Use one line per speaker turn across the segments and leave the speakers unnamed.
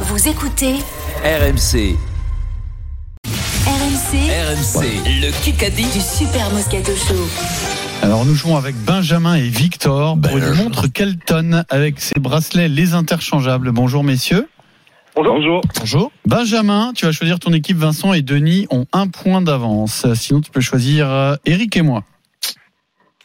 Vous écoutez
RMC,
RMC,
RMC, le Kikadi.
du Super Moscato Show.
Alors nous jouons avec Benjamin et Victor pour une montre Kelton avec ses bracelets les interchangeables. Bonjour messieurs.
Bonjour. Bonjour.
Bonjour. Benjamin, tu vas choisir ton équipe. Vincent et Denis ont un point d'avance. Sinon tu peux choisir euh, Eric et moi.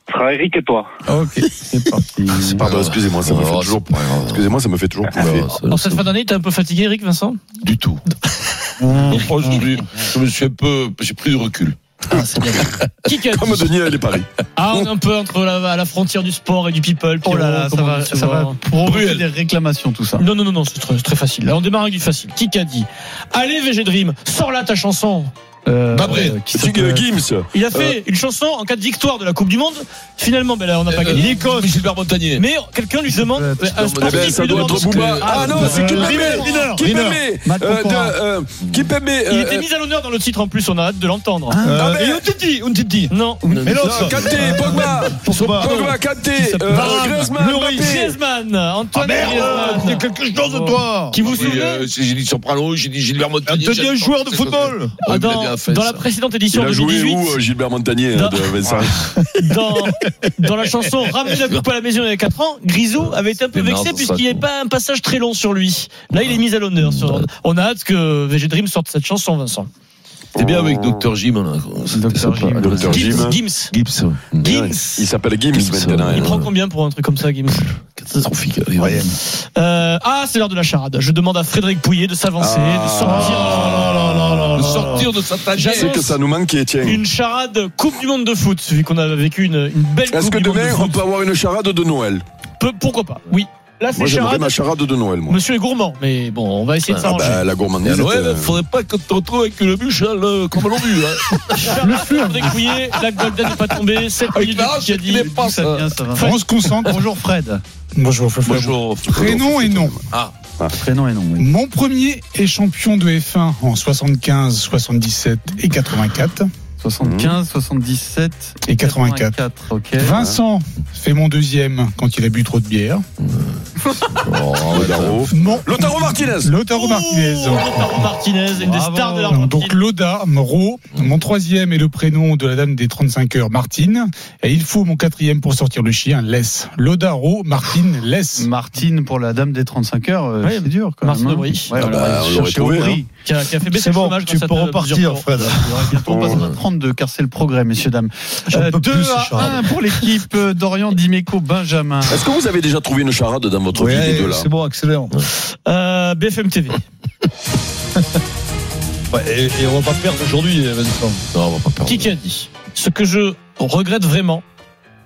Ce sera Eric et toi.
Ok, c'est parti.
Pardon, Ah bah, excusez-moi, ça me
Oh,
fait toujours. Excusez-moi, ça me fait toujours pouffer.
En cette fin d'année, t'es un peu fatigué, Eric Vincent
Du tout. Aujourd'hui, je me suis un peu, j'ai pris du recul.
Ah, c'est bien. Qui que-
Comme Denis et les paris.
Ah, on est un peu entre la, à la frontière du sport et du people.
Oh là là,
Pierrot,
ça
comme on
va,
dit
ça va
souvent.
provoquer
Bruel.
des réclamations tout ça.
Non, non, non, non, c'est très, c'est très facile. Là, on démarre avec du facile. Qui qu'a dit Allez, VG Dream, sors là ta chanson.
Euh,
bah,
Pas prêt.
qui
Tu
s'appelle-
Gims.
Il a fait
Euh.
une chanson en cas de victoire de la Coupe du Monde. Finalement, ben là, on n'a
Euh,
pas gagné.
L'Écosse. Gilbert Montagnier.
Mais quelqu'un lui demande.
Euh,
un
Eh
sportif
ben, ça
lui
doit
demande-
être Bouba. Ah non, c'est
Kim
Kipembe.
Riner,
Kipembe.
Matt
Euh, de,
Pokora.
euh, Kipembe.
Il était
euh,
mis à l'honneur dans le titre en plus, on a hâte de l'entendre. Euh,
Ah, mais-
Et Umtiti, Umtiti. Non.
Mais
non,
l'autre
Kanté, Pogba.
Pogba.
Pogba, Kanté.
s'appelle
euh,
Varane,
Griezmann,
Laurie
Mbappé.
Griezmann, Antoine Griezmann.
quelque chose
de toi. Qui vous
Oui,
souvient
euh, j'ai j'ai dit Soprano, j'ai dit Gilbert Montagnier.
deuxième
j'ai-
joueur de football.
Ouais, il a
dans,
bien fait,
dans
ça.
la précédente
Il
édition
a joué où, euh,
2018,
Gilbert Montagnier
Non.
euh, de Vincent
dans, dans la chanson Ramener la coupe à la maison il y a 4 ans, Grisou avait été un peu
C'est marrant,
vexé
ça,
puisqu'il n'y avait
quoi.
pas un passage très long sur lui. Là, il est mis à l'honneur. sur- On a hâte que VG Dream sorte cette chanson, Vincent.
T'es Eh bien avec Dr Jim. là. C'était
Dr.
sympa.
Jim.
Dr. Jim.
Gims. Gims.
Gibbs.
Gims.
Oh. Il s'appelle Gims
Gims,
maintenant.
ouais.
Il
hein.
prend combien pour un truc comme ça, Gims
Catastrophique. allez, ouais.
Euh, Ah, c'est l'heure de la charade. Je demande à Frédéric Pouillet de s'avancer, de sortir. Ah.
De Sortir de sa tâche.
C'est que ça nous manque, Etienne.
Une charade Coupe du Monde de foot, vu qu'on a vécu une, une belle
Est-ce
Coupe
que
du Monde de
demain, on
foot.
peut avoir une charade de Noël
Peu- pourquoi pas Oui. Là, c'est
Moi, j'aimerais
charade.
ma charade de Noël, moi.
Monsieur est gourmand, mais bon, on va essayer de
Ah
s'arranger.
bah, la
Et à
gourmandise.
Noël,
euh,
faudrait pas que tu te retrouves avec le bûche hein, le- comme l'on vu. hein.
Ah,
Charade Frédéric Pouillet, la Golden n'est pas tombée, 7 minutes
la
de
hache, Ah, il
Kikadi.
est pas,
Ça
ça.
vient, ça va.
Fred.
On se concentre. Bonjour Fred.
Bonjour, Fofo.
Bonjour.
Prénom et nom.
Prénom et nom.
Mmh.
oui.
Mon premier est champion de F1 en 75, 77 et 84.
75, 77
Et 84.
Ok.
Vincent fait mon deuxième quand il a bu trop de bière.
Oh,
Lodaro.
Mon
Lotaro Martinez.
Lautaro Martinez.
Oh, Lautaro Martinez, une des
Bravo.
stars de
Non,
l'Argentine.
Donc Loda, Moreau, mon troisième est le prénom de la dame des 35 heures, Martine. Et il faut mon quatrième pour sortir le chien, Less. Lodaro, Martine, Less.
Martine pour la dame des 35 heures, euh,
Ouais,
c'est dur quand
Martine
même. hein.
Aubry.
Ouais,
Ah
on va
bah,
aller
on l'aurait
chercher
trouvé,
Aubry.
qui, a, qui a fait baisser
C'est bon,
le chômage euh,
tu
grâce à
peux
ta-
repartir,
plusieurs
Fred. Bientôt, on passera à 32 car c'est le progrès, messieurs dames. Euh, 2 à 1 pour l'équipe euh, d'Orient, Dimeco, Benjamin.
Est-ce que vous avez déjà trouvé une charade dans votre vie, les deux, là
bon, accélère.
fois. Euh, BFM TV.
et, on va pas perdre aujourd'hui, Vincent. Non, on va pas perdre.
Qui qui a dit Ce que je regrette vraiment,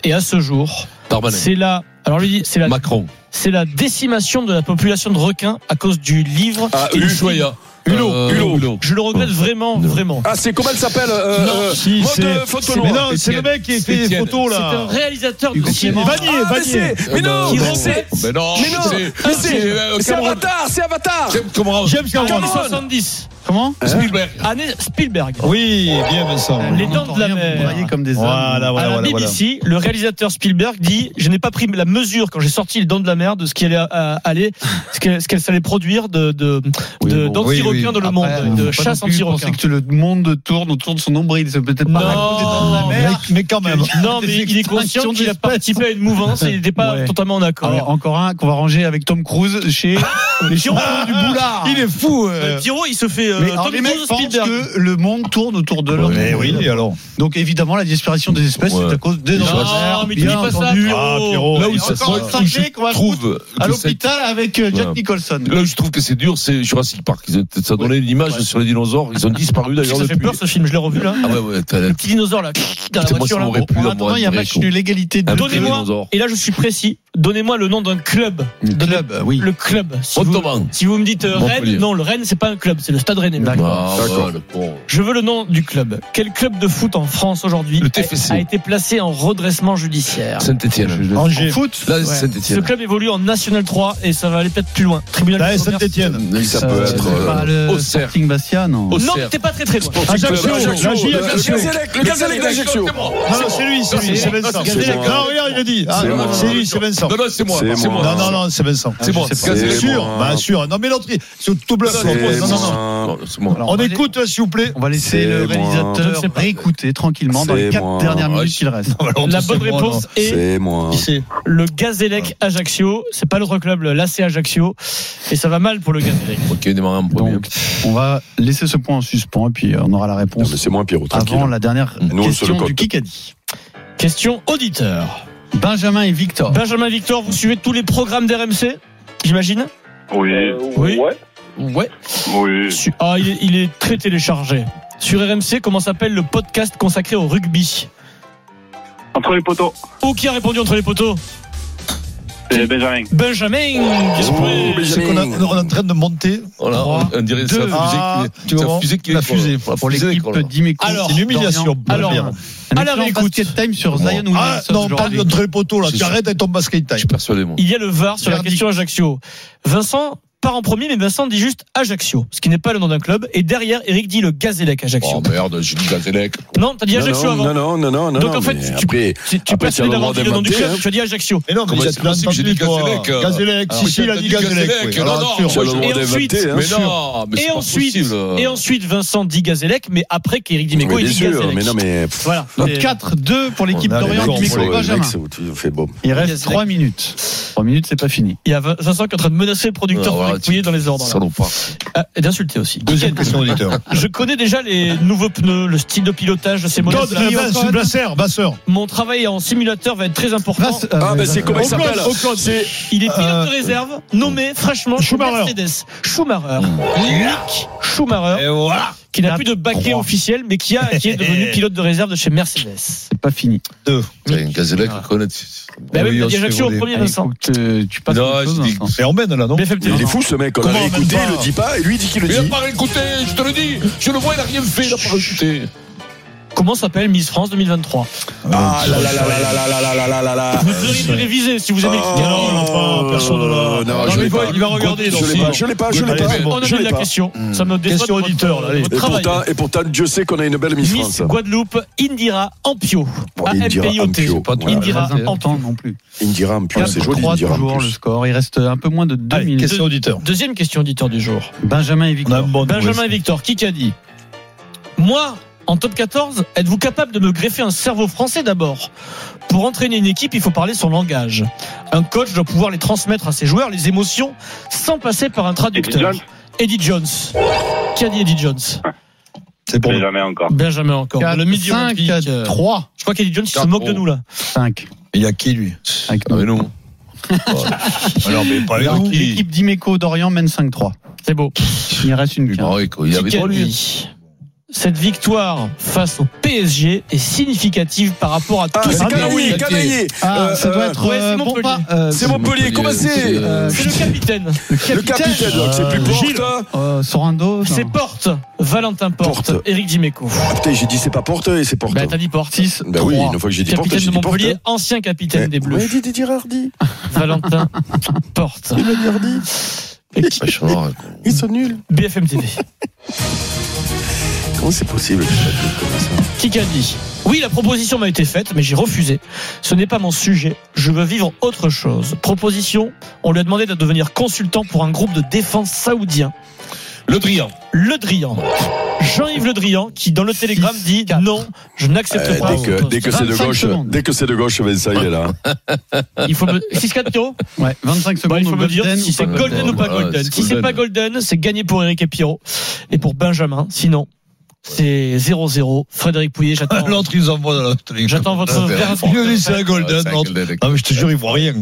et à ce jour,
Darmanin.
c'est la. Alors lui, c'est la,
Macron.
c'est la décimation de la population de requins à cause du livre.
Ah, oh.
et du film.
Ushuaïa.
Hulot,
Euh,
Hulot. Je le regrette vraiment,
Non.
vraiment.
Ah, c'est comment elle s'appelle euh, euh, Mode photo
mais
noire.
non, c'est le mec qui a fait les photos
C'est un réalisateur de
Hugo
cinéma.
Clément.
Ah, mais c'est- Mais non,
Qui
mais
regrette-
c'est.
Mais non,
Mais non,
c'est- c'est,
mais c'est.
euh,
C'est
Cameron.
Avatar, c'est Avatar.
James Cameron.
James Cameron,
Cameron.
70.
Comment
Spielberg.
Année Spielberg.
Oui, bien Vincent.
Les dents de la mer.
Braillés comme des hommes. hein.
à la BBC, le réalisateur Spielberg dit Je n'ai pas pris la mesure quand j'ai sorti le dent de la mer de ce qui allait euh, aller, ce que- ce qu'elle allait produire de, de, de- d'anti-requins dans le monde, de chasse anti-requins.
C'est que le monde tourne autour de son nombril. C'est peut-être pas à côté de la
Non,
mer.
mais quand même. Non, mais il est conscient
extinctions
qu'il a
d'espèces.
participé à une mouvance et il n'était pas
Ouais.
totalement en accord.
Alors, encore un qu'on va ranger avec Tom Cruise chez les
Giro,
champions du boulard.
Il est
fou.
Euh, Giro, il se fait euh,
Mais alors,
Tom
les mecs
Cruise,
pensent
Spielberg.
que le monde tourne autour de leur.
Mais oui, et
alors. Donc évidemment, la disparition des espèces,
Ouais.
c'est à cause des
Non,
dinosaures.
mais tu dis pas ça, Ah, Pierrot.
Là où
Et
ça
encore
se-
un
où
sachet qu'on va
je trouve
à
que c'est-
l'hôpital avec euh, Jack
Ouais.
Nicholson.
Là où je trouve que c'est dur, c'est Jurassic Park. Ils ont- Ça donnait une image sur les dinosaures. Ils ont disparu d'ailleurs
Ça fait
depuis.
peur ce film, je l'ai revu là.
Ah ouais, ouais, t'as la
Le petit dinosaure là, dans la
Putain, moi,
voiture
ça
là.
m'aurait plu.
En
là,
attendant,
moi,
il y a un
un
match
vrai
nul égalité de
Un
deux.
petit
Donnez-moi,
dinosaure.
et là je suis précis, donnez-moi le nom d'un club.
Le club, oui.
Le club. Si vous,
Ottoman.
si vous me dites euh,
Montpellier.
Rennes, non, le Rennes c'est pas un club, c'est le Stade Rennais.
Ah ouais,
D'accord.
le pauvre.
Je veux le nom du club. Quel club de foot en France aujourd'hui
Le TFC.
a été placé en redressement judiciaire
Saint-Etienne.
En foot.
Là, c'est
Ouais. Ce
Saint-Etienne.
club évolue en National 3 et ça va aller peut-être plus loin. Tribunal
Bah,
de commerce.
Ça peut
Euh,
être.
c'est
euh,
pas le
Auxerre.
Sporting Bastia, non.
Auxerre.
Non, t'es pas très très loin.
Sporting Club
Ajaccio,
Ajaccio,
la J,
euh,
Ajaccio.
Le Gazellec, le Gazellec d'Ajaccio.
Non, c'est lui, c'est lui, c'est Vincent.
C'est moi.
il a dit.
Ah,
C'est moi.
lui, c'est Vincent.
Vincent.
Non, non, c'est moi.
C'est
C'est
moi.
moi.
Non, non, non, c'est Vincent.
C'est bon,
je sais
c'est
pas.
c'est
Bien
C'est
sûr,
Bah,
moi. Ah,
bien sûr. Non, mais l'autre, il- c'est tout blanc.
Non, non,
Non, non, non.
Non, c'est moi.
Alors,
On
va les-
écoute, s'il vous plaît.
On va laisser
C'est
le
moi.
réalisateur
Je ne sais pas.
réécouter tranquillement dans les
C'est
quatre
moi.
dernières
Ouais,
minutes
je-
qu'il reste.
La bonne réponse est
C'est moi.
le Gazélec Ajaccio. C'est pas l'autre club, le l'AC Ajaccio. Et ça va mal pour le Gazélec.
Ok, démarre en premier.
Donc, on va laisser ce point en suspens et puis euh, on aura la
Non, mais
réponse
c'est moi, Pierrot, tranquille.
avant la dernière
Nous, on se le
question
cote.
du Kikadi.
Question auditeur.
Benjamin et Victor.
Benjamin Victor, vous suivez tous les programmes d'RMC J'imagine Euh,
Oui,
Oui.
Ouais.
Ouais.
oui.
Su- Ah, il est, il est très téléchargé. Sur RMC, comment s'appelle le podcast consacré au rugby
Entre les poteaux,
Ou qui a répondu entre les poteaux
c'est Benjamin. Oh.
Benjamin Bien
Oh,
joué.
Benjamin.
C'est qu'on a- on est en train de monter.
Voilà,
Trois,
on- on dirait
deux.
ça.
Ah, tu vois, la fusée.
Pour l'équipe d'Imeco,
Alors,
c'est
l'humiliation.
Alors,
Alors,
un
alors,
excellent
écoute.
basket time sur Zion Williamson.
Ah, non, on parle
aujourd'hui.
de très poteau, là.
C'est
Tu
sûr.
arrêtes avec ton basket
Je suis
time.
persuadé, moi.
Il y a le VAR sur la
Verdict.
question Ajaccio. Vincent part en premier, mais Vincent dit juste Ajaccio, ce qui n'est pas le nom d'un club. Et derrière, Eric dit le Gazélec Ajaccio.
Oh merde, j'ai dit Gazélec.
Non, t'as dit
Non,
Ajaccio
non, non,
avant.
non, non, non.
Donc, en
non,
fait,
mais
tu-
après,
Tu, tu
Après,
passes
tu as le
les
droit
d'avoir dit le nom du
d'inventer,
club,
hein.
tu as dit Ajaccio.
Mais non,
Comment
mais
c'est possible que j'ai dit Gazélec, euh
Gazélec,
Alors,
si, si, il a
t'as
dit
dit Gazélec,
Gazélec. oui.
non,
Alors,
non,
sûr.
tu as le droit
Et ensuite-
d'inventer, hein.
Mais non, mais c'est
Et
pas
ensuite,
possible.
et ensuite, Vincent dit Gazélec, mais après qu'Éric Dimeco,
Mais
il
bien
dit
sûr,
Gazélec.
mais non, mais. pff,
Voilà.
Donc
Et-
4-2 pour l'équipe
On a les
d'Orient
mecs,
qui
Dimeco,
faut-
m'écoute
le mec,
Benjamin.
c'est- tu fais bon.
Il
Gazélec.
reste 3 minutes. 3 minutes, c'est pas fini.
Il y a Vincent qui est en train de menacer le
Ah,
producteur
Alors,
pour
voilà,
dépouiller dans les ordres. là.
Salopard.
Ah, et d'insulter aussi.
Deuxième question, auditeur.
Je connais déjà les nouveaux pneus, le style de pilotage, ces modèles.
Todd, euh, Basse- Basser, Basseur.
Mon travail en simulateur va être très important.
Grâce-
Ah,
euh,
bah, c'est comment il
Auclande,
s'appelle
Auclande. Il est pilote
Euh,
de réserve, nommé fraîchement chez
Schumacher.
Mercedes. Schumacher. Mick Schumacher,
voilà.
qui n'a plus de baquet
Trois.
officiel, mais qui, a, qui est devenu pilote de réserve de chez Mercedes.
C'est pas fini.
Tiens, Gazélec,
Ah.
on connaît.
Bah oui,
oui,
t'as
on
dit
se fait
Ajaccio au
voler.
premier,
Allez,
Vincent.
faut que euh, tu- tu passes
Non,
à autre
je
chose,
dis-
Vincent.
Et emmène, là, non
BFM
Mais Il
TV.
est fou, ce mec. On
Comment
l'a
on
écouté,
même
il
pas
le dit pas, et lui, il dit qu'il le
Mais il n'a
dit.
pas écouté, je te le dis. Je le vois, il n'a rien fait, il n'a pas écouté.
Comment s'appelle Miss France 2023
Ah là là là là là.
Ah, Vous devriez le réviser si vous avez
Oh,
Non, non, pas, personne de là.
Non,
Non,
je
mais
l'ai
quoi,
pas.
il va regarder,
Je
donc,
l'ai pas,
sinon.
je l'ai pas, je l'ai
Allez,
pas.
c'est bon.
On a
Je
oublié
l'ai
la
pas. Hmm.
question. Ça me déçoit
Question
de votre-
auditeur, là, allez.
de
Et
votre travail.
pourtant, et pourtant, Dieu sait qu'on a une belle Miss
Miss
France.
Guadeloupe, Indira Ampio.
Bon,
A M P I O T.
Ampio.
pas toi.
Voilà.
Indira
Très important
Ampio.
non plus.
Indira Ampio, c'est joli,
4-3
Indira
toujours
Ampio.
le score. Il reste un peu moins de 2
Allez,
minutes.
question auditeur.
Deuxième question auditeur du jour.
Benjamin et
On a un
Victor.
bon
Benjamin Victor, qui qui a dit Moi, en top 14, êtes-vous capable de me greffer un cerveau français d'abord Pour entraîner une équipe, il faut parler son langage. Un coach doit pouvoir les transmettre à ses joueurs, les émotions, sans passer par un
Eddie
traducteur.
Jones,
Eddie Jones. Qui a dit Eddie Jones
C'est pour nous.
Benjamin encore.
Benjamin encore.
Quatre,
Le midi
cinq,
olympique,
quatre,
euh,
trois.
Je crois qu'Eddie Jones il se
Quatre,
moque de
oh.
nous là.
5
Il y a qui, lui
avec
Ah,
nous.
mais non.
Alors, mais pas
Alors,
lui.
qui
L'équipe d'Imeco d'Orient mène 5-3.
C'est beau.
Il reste une
Il
quinte.
paraît quoi, il avait
Qui
droit,
a
lui.
dit Cette victoire face au PSG est significative par rapport à
Ah,
tout ce
c'est
Ah,
que-
Canaoui,
mais-
Canaillé.
Ah,
Euh,
ça doit
euh,
être
ouais, c'est
euh,
Montpellier.
Bomba, euh,
C'est Montpellier, comment c'est
euh,
C'est le capitaine.
Le capitaine, donc, c'est plus
Euh, Gilles.
Porte. hein.
euh, Sorando. non.
C'est Porte, Valentin Porte,
Porte.
Eric Dimeco.
Ah, putain, j'ai dit c'est pas Porte et c'est Porte.
Bah, t'as dit Porte.
6
Bah oui,
3.
une fois que j'ai dit Porte,
Capitaine
j'ai
de
dit Porte.
Montpellier, ancien capitaine des Bleus,
dit Eh, Didier Hardy.
Valentin Porte.
Didier Hardy.
Franchement,
Ils sont nuls.
BFM TV.
Comment c'est possible que ça soit comme ça
Qui qu'a dit Oui, la proposition m'a été faite, mais j'ai refusé. Ce n'est pas mon sujet. Je veux vivre autre chose. Proposition on lui a demandé de devenir consultant pour un groupe de défense saoudien.
Le Drian.
Le Drian. Jean-Yves Le Drian, qui dans le télégramme dit non, je n'accepte
Eh,
pas.
Dès
ce
que,
poste.
dès que c'est de
25
gauche,
secondes.
dès que c'est de gauche, Vincent, il est là.
Il faut me... 6-4 Pierrot
Ouais, 25
Bon,
secondes.
Bah, il faut
au
me dire
Golden Ah,
si
ou
c'est
pas
golden ou pas
Ouais,
golden.
c'est
Si c'est
golden.
pas golden, c'est gagné pour Eric et Pierrot et pour Benjamin. Sinon, c'est 0-0. Frédéric Pouillet, j'attends.
L'autre, ils envoient dans la
J'attends votre verdict.
Je laisse la Golden. l'autre. Ah, mais je te jure, ils voient rien.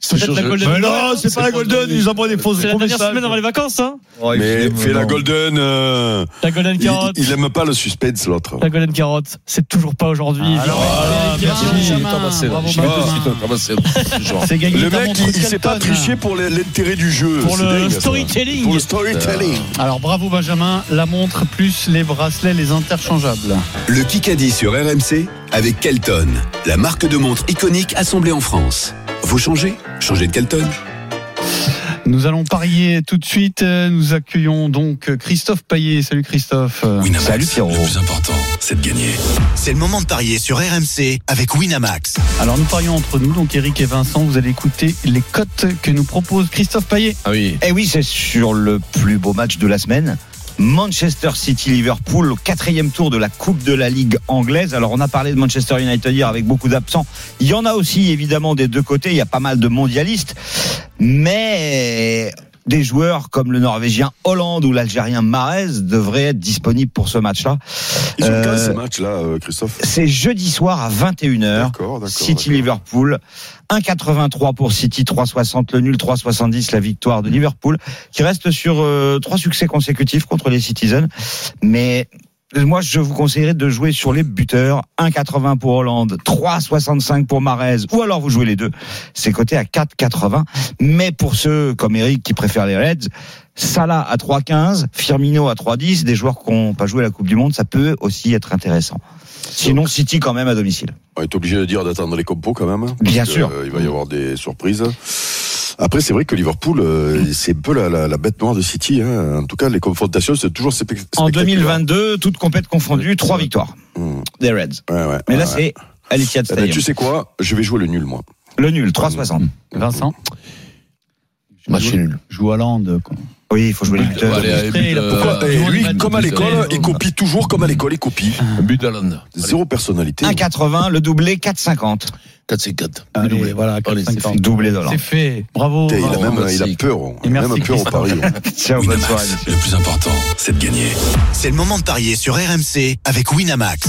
C'est
Peut-être
sûr,
la
je-
Golden.
Mais non, c'est pas la Golden, ils envoient des fausses
C'est la dernière
promesses.
semaine avant les vacances, hein
Mais fais la golden. euh,
La golden
il,
carotte.
il aime pas le suspense, l'autre.
La golden carotte. C'est toujours pas aujourd'hui.
Ah, alors,
Voilà,
Eric
merci. bah,
Benjamin.
Ramassé, là.
Bravo,
Je sais pas
Benjamin.
si t'as ramassé, ce genre.
C'est gagné.
Le
par
mec, il, il sait pas
Montpellier.
tricher pour les- l'intérêt du jeu.
Pour
C'est
le
dingue, ça.
storytelling.
Pour le storytelling.
Alors bravo Benjamin, la montre plus les bracelets, les interchangeables.
Le Kikadi sur RMC avec Kelton, la marque de montre iconique assemblée en France. Vous changez Changez de Kelton
Nous allons parier tout de suite. Euh, Nous accueillons donc Christophe Paillet. Salut Christophe.
Winamax,
Salut, Pierrot.
Le plus important, c'est de gagner.
C'est le moment de parier sur RMC avec Winamax.
Alors nous parions entre nous, donc Eric et Vincent, vous allez écouter les cotes que nous propose Christophe Paillet.
Ah oui.
Et Eh oui, c'est sur le plus beau match de la semaine. Manchester City-Liverpool, au quatrième tour de la Coupe de la Ligue anglaise. Alors, on a parlé de Manchester United hier avec beaucoup d'absents. Il y en a aussi, évidemment, des deux côtés. Il y a pas mal de mondialistes. Mais des joueurs comme le Norvégien Hollande ou l'Algérien Marez devraient être disponibles pour ce match-là.
Ils sont 15
Euh,
ces matchs-là, euh, Christophe.
C'est jeudi soir à 21h.
D'accord, d'accord. d'accord.
City-Liverpool. 1,83 pour City, 3,60 le nul, 3,70 la victoire de Liverpool, qui reste sur euh, trois succès consécutifs contre les Citizens. Mais moi, je vous conseillerais de jouer sur les buteurs. 1,80 pour Hollande, 3,65 pour Marez, ou alors vous jouez les deux. C'est coté à 4,80. Mais pour ceux comme Eric qui préfèrent les Reds, Salah à 3,15, Firmino à 3,10, des joueurs qui n'ont pas joué la Coupe du Monde, ça peut aussi être intéressant. Sinon, City quand même à domicile.
On est obligé de dire d'attendre les compos quand même.
Bien
parce que,
sûr.
euh, il va y avoir des surprises. Après, c'est vrai que Liverpool, euh, c'est un peu la, la- la bête noire de City. hein. En tout cas, les confrontations, c'est toujours spec-
En
spectaculaire.
2022, toutes compètes confondues, trois victoires
Mmh.
des Reds.
Ouais, ouais,
Mais là,
ouais.
c'est à l'Etihad
Eh ben, tu
Stadium.
sais quoi Je vais jouer le nul, moi.
Le nul, 3,60.
Vincent
Match Bah, nul.
Joue Hollande. quoi.
Oui, il faut jouer les
Ouais,
buteurs.
allez, allez, but, euh,
Pourquoi Eh,
but,
lui,
but,
comme à
but,
l'école,
euh,
il copie toujours comme à l'école, il copie.
But d'Hollande.
Zéro personnalité.
1,80, le doublé, 4,50.
4-50.
Allez, voilà,
Allez, c'est
4,50.
Doublé d'Hollande.
C'est fait. Bravo.
Putain, Il a
Oh,
même il a
merci.
peur. hein.
Et
Il a
merci,
même peur au
Christophe.
Paris. hein.
Ciao, bonne soirée.
Winamax, le plus important, c'est de gagner.
C'est le moment de parier sur RMC avec Winamax.